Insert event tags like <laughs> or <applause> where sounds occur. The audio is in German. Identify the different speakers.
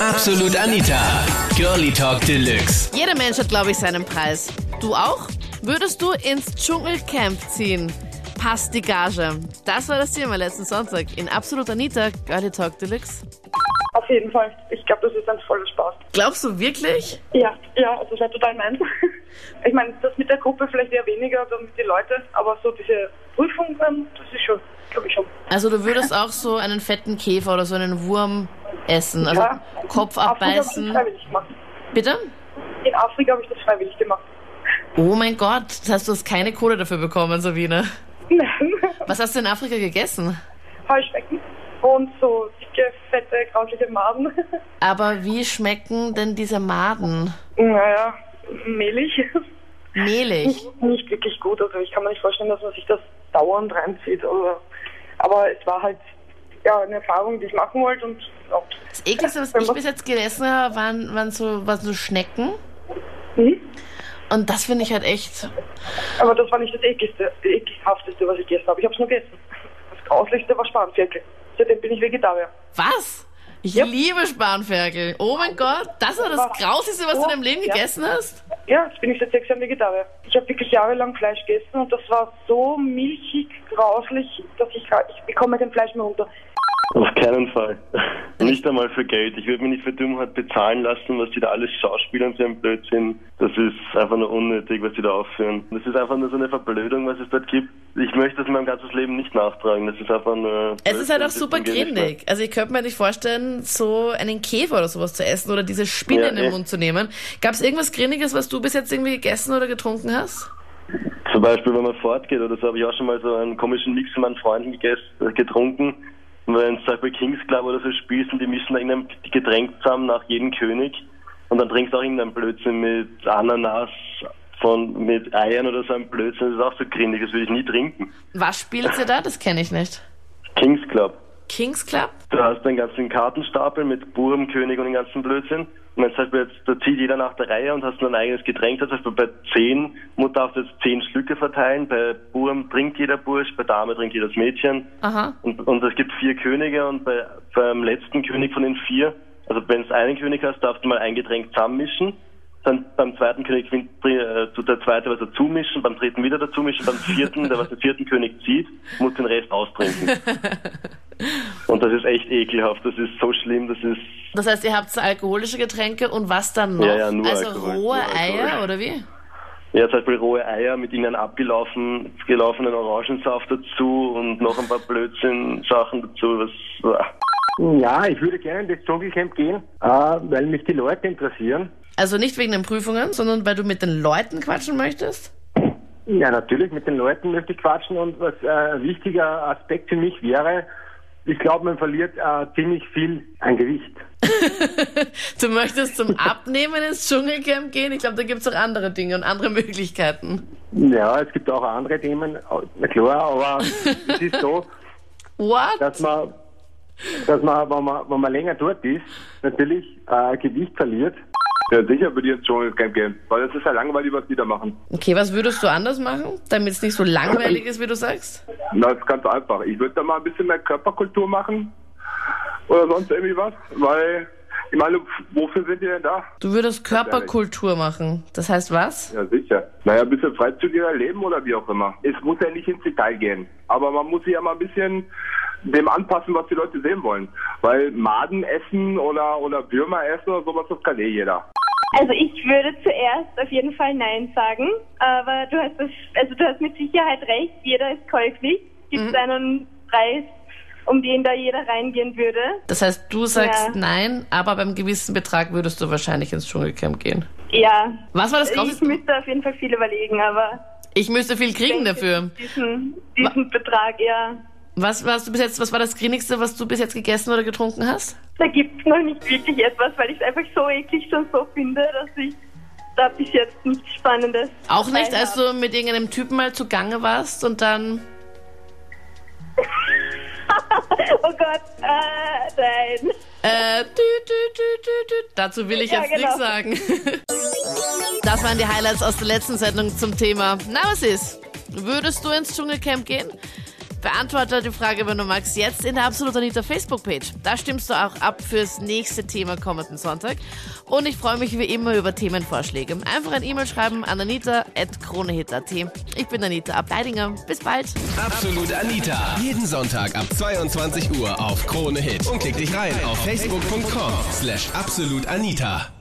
Speaker 1: Absolut Anita. Girlie Talk Deluxe.
Speaker 2: Jeder Mensch hat, glaube ich, seinen Preis. Du auch? Würdest du ins Dschungelcamp ziehen? Passt die Gage. Das war das Thema letzten Sonntag in Absolut Anita, Girlie Talk Deluxe.
Speaker 3: Auf jeden Fall. Ich glaube, das ist ein voller Spaß.
Speaker 2: Glaubst du wirklich?
Speaker 3: Ja, ja, also das wäre total meins. <laughs> Ich meine, das mit der Gruppe vielleicht eher weniger, oder mit den Leuten, aber so diese Prüfung, ähm, das ist schon, glaube ich schon.
Speaker 2: Also du würdest auch so einen fetten Käfer oder so einen Wurm essen, also
Speaker 3: Ja.
Speaker 2: Kopf
Speaker 3: Afrika habe ich das
Speaker 2: abbeißen.
Speaker 3: freiwillig gemacht.
Speaker 2: Bitte?
Speaker 3: In Afrika habe ich das freiwillig gemacht. <laughs>
Speaker 2: Oh mein Gott, das heißt, du hast keine Kohle dafür bekommen, Sabine.
Speaker 3: Nein.
Speaker 2: Was hast du in Afrika gegessen?
Speaker 3: Heuschrecken und so dicke, fette, grausliche Maden. <laughs>
Speaker 2: Aber wie schmecken denn diese Maden?
Speaker 3: Naja, mehlig. <laughs>
Speaker 2: Mehlig.
Speaker 3: Nicht, nicht wirklich gut. Also ich kann mir nicht vorstellen, dass man sich das dauernd reinzieht. Also, aber es war halt ja, eine Erfahrung, die ich machen wollte und ja.
Speaker 2: Das Ekligste, was ich bis jetzt gegessen habe, waren, waren, so, waren so Schnecken.
Speaker 3: Mhm.
Speaker 2: Und das finde ich halt echt.
Speaker 3: Aber das war nicht das ekligste, ekelhafteste, was ich gegessen habe. Ich habe es nur gegessen. Das grauslichste war Spanferkel. Seitdem bin ich Vegetarier.
Speaker 2: Was? Ich
Speaker 3: Yep.
Speaker 2: liebe Spanferkel. Oh mein Gott, das war das Grausigste, was du in deinem Leben
Speaker 3: Ja.
Speaker 2: gegessen hast?
Speaker 3: Ja, jetzt bin ich seit sechs Jahren Vegetarier. Ich habe wirklich jahrelang Fleisch gegessen und das war so milchig, grauslich, dass ich, ich bekomme den Fleisch mehr runter.
Speaker 4: Auf keinen
Speaker 2: <laughs>
Speaker 4: Fall. Nicht einmal für Geld. Ich würde mich nicht für Dummheit bezahlen lassen, was die da alles schauspielern für einen Blödsinn. Das ist einfach nur unnötig, was die da aufführen. Das ist einfach nur so eine Verblödung, was es dort gibt. Ich möchte das mein ganzes Leben nicht nachtragen. Das ist einfach nur...
Speaker 2: Es ist halt auch
Speaker 4: Blödsinn.
Speaker 2: super
Speaker 4: Das geht nicht mehr.
Speaker 2: grindig. Also ich könnte mir nicht vorstellen, so einen Käfer oder sowas zu essen oder diese Spinne
Speaker 4: Ja,
Speaker 2: in den
Speaker 4: eh.
Speaker 2: Mund zu nehmen. Gab es irgendwas Grindiges, was du bis jetzt irgendwie gegessen oder getrunken hast?
Speaker 4: Zum Beispiel, wenn man fortgeht oder so, habe ich auch schon mal so einen komischen Mix mit meinen Freunden gegessen, äh, getrunken. Und wenn du zum Beispiel Kings Club oder so spielst und die mischen da irgendein Getränk zusammen nach jedem König und dann trinkst du auch irgendeinen Blödsinn mit Ananas, von, mit Eiern oder so ein Blödsinn, das ist auch so grindig, das würde ich nie trinken.
Speaker 2: Was spielt ihr da? Das kenne ich nicht.
Speaker 4: Kings Club.
Speaker 2: Kings Club?
Speaker 4: Da hast du den ganzen Kartenstapel mit Burum, König und den ganzen Blödsinn. Und wenn zum Beispiel jetzt, da zieht jeder nach der Reihe und hast nur ein eigenes Getränk. Das heißt, bei 10 Mut darfst du jetzt 10 Stücke verteilen. Bei Burum trinkt jeder Bursch, bei Dame trinkt jedes Mädchen.
Speaker 2: Aha.
Speaker 4: Und, und es gibt vier Könige und bei, beim letzten König von den vier, also wenn es einen König hast, darfst du mal ein Getränk zusammenmischen. Dann beim zweiten König trinkt- äh, tut der zweite was dazu mischen, beim dritten wieder dazu mischen, beim vierten, der was den vierten König zieht, muss den Rest austrinken. Und das ist echt ekelhaft, das ist so schlimm, das ist,
Speaker 2: Das heißt, ihr habt so alkoholische Getränke und was dann noch?
Speaker 4: Ja, ja, nur
Speaker 2: also
Speaker 4: Alkohol,
Speaker 2: rohe
Speaker 4: nur Alkohol.
Speaker 2: Eier oder wie?
Speaker 4: ja, zum Beispiel rohe Eier mit ihnen abgelaufen, gelaufenen Orangensaft dazu und noch ein paar Blödsinn-Sachen dazu, was,
Speaker 5: Ja, ich würde gerne in das Dschungelcamp gehen, äh, weil mich die Leute interessieren.
Speaker 2: Also nicht wegen den Prüfungen, sondern weil du mit den Leuten quatschen möchtest?
Speaker 5: Ja, natürlich, mit den Leuten möchte ich quatschen und was äh, ein wichtiger Aspekt für mich wäre, ich glaube, man verliert äh, ziemlich viel an Gewicht.
Speaker 2: Du möchtest
Speaker 6: <laughs>
Speaker 2: zum Abnehmen ins Dschungelcamp gehen? Ich glaube, da gibt's auch andere Dinge und andere Möglichkeiten.
Speaker 5: Ja, es gibt auch andere Themen, au- na klar, aber es ist so,
Speaker 2: What?
Speaker 5: dass man, dass man, wenn man, wenn man länger dort ist, natürlich äh, Gewicht verliert.
Speaker 7: Ja, sicher würde ich ins Dschungelcamp gehen, weil es ist ja langweilig, was die da machen.
Speaker 2: Okay, was würdest du anders machen, damit es nicht so langweilig ist, wie du sagst?
Speaker 7: Na, ist ganz einfach. Ich würde da mal ein bisschen mehr Körperkultur machen oder sonst irgendwie was, weil ich meine, wofür sind die denn da?
Speaker 2: Du würdest Körperkultur machen. Das heißt was?
Speaker 7: Ja, sicher. Naja, ein bisschen freizügiger leben oder wie auch immer. Es muss ja nicht ins Detail gehen, aber man muss sich ja mal ein bisschen dem anpassen, was die Leute sehen wollen. Weil Maden essen oder, oder Würmer essen oder sowas, das kann eh jeder.
Speaker 6: Also ich würde zuerst auf jeden Fall Nein sagen, aber du hast das, also du hast mit Sicherheit recht, jeder ist käuflich.
Speaker 2: Mhm.
Speaker 6: Gibt es einen Preis, um den da jeder reingehen würde?
Speaker 2: Das heißt, du sagst
Speaker 6: Ja.
Speaker 2: nein, aber beim gewissen Betrag würdest du wahrscheinlich ins Dschungelcamp gehen.
Speaker 6: Ja.
Speaker 2: Was war das
Speaker 6: Ich
Speaker 2: Grauseste?
Speaker 6: müsste auf jeden Fall viel überlegen, aber
Speaker 2: Ich müsste viel kriegen dafür.
Speaker 6: diesen, diesen Betrag, ja.
Speaker 2: Was warst du bis jetzt, was war das Grinigste, was du bis jetzt gegessen oder getrunken hast?
Speaker 6: Da gibt es noch nicht wirklich etwas, weil ich es einfach so eklig schon so finde, dass ich da bis jetzt nichts Spannendes.
Speaker 2: Auch nicht, Also
Speaker 6: dabei
Speaker 2: als
Speaker 6: habe.
Speaker 2: du mit irgendeinem Typen mal zugange warst und dann.
Speaker 6: Oh Gott, äh, nein.
Speaker 2: Äh, dü, dü, dü, dü, dü. Dazu will ich
Speaker 6: Ja,
Speaker 2: jetzt
Speaker 6: genau.
Speaker 2: nichts sagen. <laughs> Das waren die Highlights aus der letzten Sendung zum Thema. Na, was ist? Würdest du ins Dschungelcamp gehen? Beantworte die Frage, wenn du magst, jetzt in der Absolut Anita Facebook-Page. Da stimmst du auch ab fürs nächste Thema kommenden Sonntag. Und ich freue mich wie immer über Themenvorschläge. Einfach ein E-Mail schreiben an anita.kronehit.at. Ich bin Anita Ableidinger. Bis bald.
Speaker 1: Absolut Anita. Jeden Sonntag ab 22 Uhr auf Krone Hit. Und klick dich rein auf facebook.com slash absolutanita.